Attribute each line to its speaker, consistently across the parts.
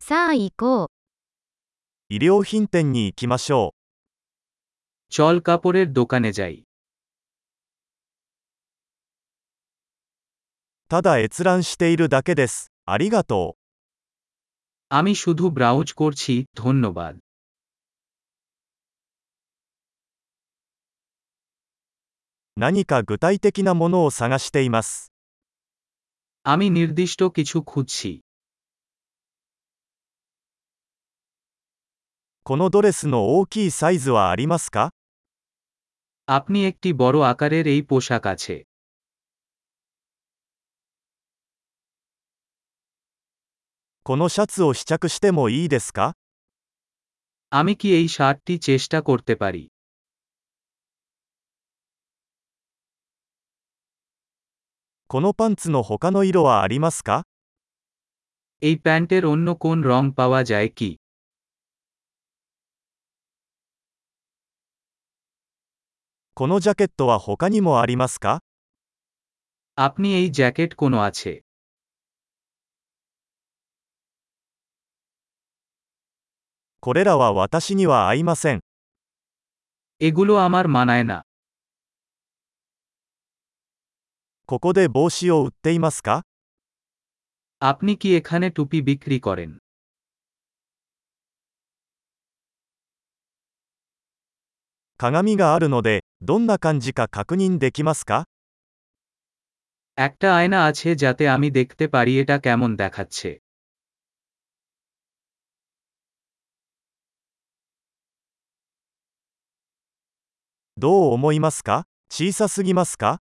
Speaker 1: さあ行こう。
Speaker 2: 衣料品店に行きましょ
Speaker 3: চল কাপড়ের দোকানে যাই
Speaker 2: う。ただ閲覧しているだけです。ありがと
Speaker 3: আমি শুধু ব্রাউজ করছি ধন্যবাদ
Speaker 2: う。何か具体的なものを探しています。
Speaker 3: আমি নির্দিষ্ট কিছু খুঁজছি
Speaker 2: このドレスの大きいサイズはありますか
Speaker 3: আপনি একটি বড় আকারের এই পোশাক আছে
Speaker 2: このシャツを試着してもいいですか
Speaker 3: আমি কি এই শার্টটি চেষ্টা করতে পারি
Speaker 2: このパンツの他の色はありますか
Speaker 3: এই প্যান্টের অন্য কোন রং পাওয়া যায় কি
Speaker 2: このジャケットは他にもありますか
Speaker 3: আপনি এই জ্যাকেট কোনো আছে
Speaker 2: これらは私には合いません。
Speaker 3: এগুলো আমার মানায় না
Speaker 2: ここで帽子を売っていますか
Speaker 3: আপনি কি এখানে টুপি বিক্রি করেন
Speaker 2: 鏡があるので、どんな感じか確認できますか
Speaker 3: একটা আয়না আছে যাতে আমি দেখতে পারি এটা কেমন দেখাচ্ছে
Speaker 2: どう思いますか小さすぎますか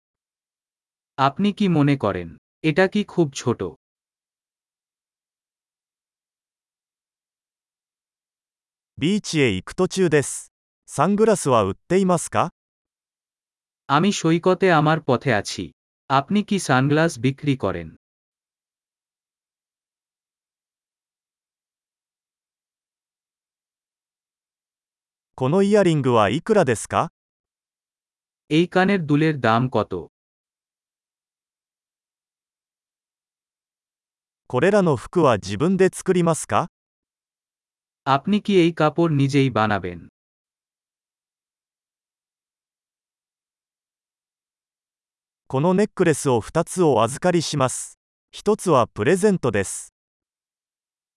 Speaker 3: আপনি কি মনে করেন এটা কি খুব ছোট
Speaker 2: ビーチへ行く途中です。サングラスは売っていますか
Speaker 3: আমি সৈকতে আমার পথে আছি আপনি কি সানগ্লাস বিক্রি করেন
Speaker 2: 「このイヤリングはいくらですか
Speaker 3: এই কানের দুলের দাম কত
Speaker 2: これらの服は自分で作りますか
Speaker 3: আপনি কি এই কাপড় নিজেই বানাবেন
Speaker 2: このネックレスを2つお預かりします。1つはプレゼントです。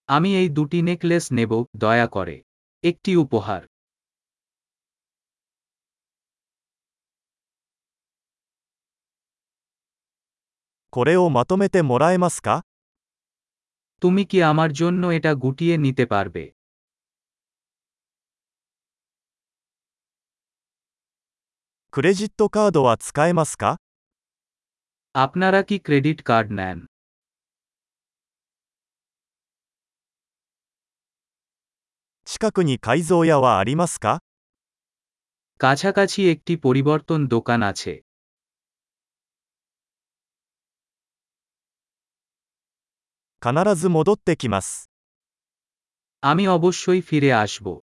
Speaker 3: আমি এই দুটি নেকলেস নেব দয়া করে একটি উপহার
Speaker 2: これをまとめてもらえますか
Speaker 3: তুমি কি আমার জন্য এটা গুটিয়ে নিতে পারবে
Speaker 2: クレジットカードは使えますか
Speaker 3: আপনারা কি ক্রেডিট কার্ড নেন
Speaker 2: 近くに改造屋はありますか
Speaker 3: কাছাকাছি একটি পরিবর্তন দোকান আছে
Speaker 2: 必ず戻ってきます。
Speaker 3: আমি অবশ্যই ফিরে আসব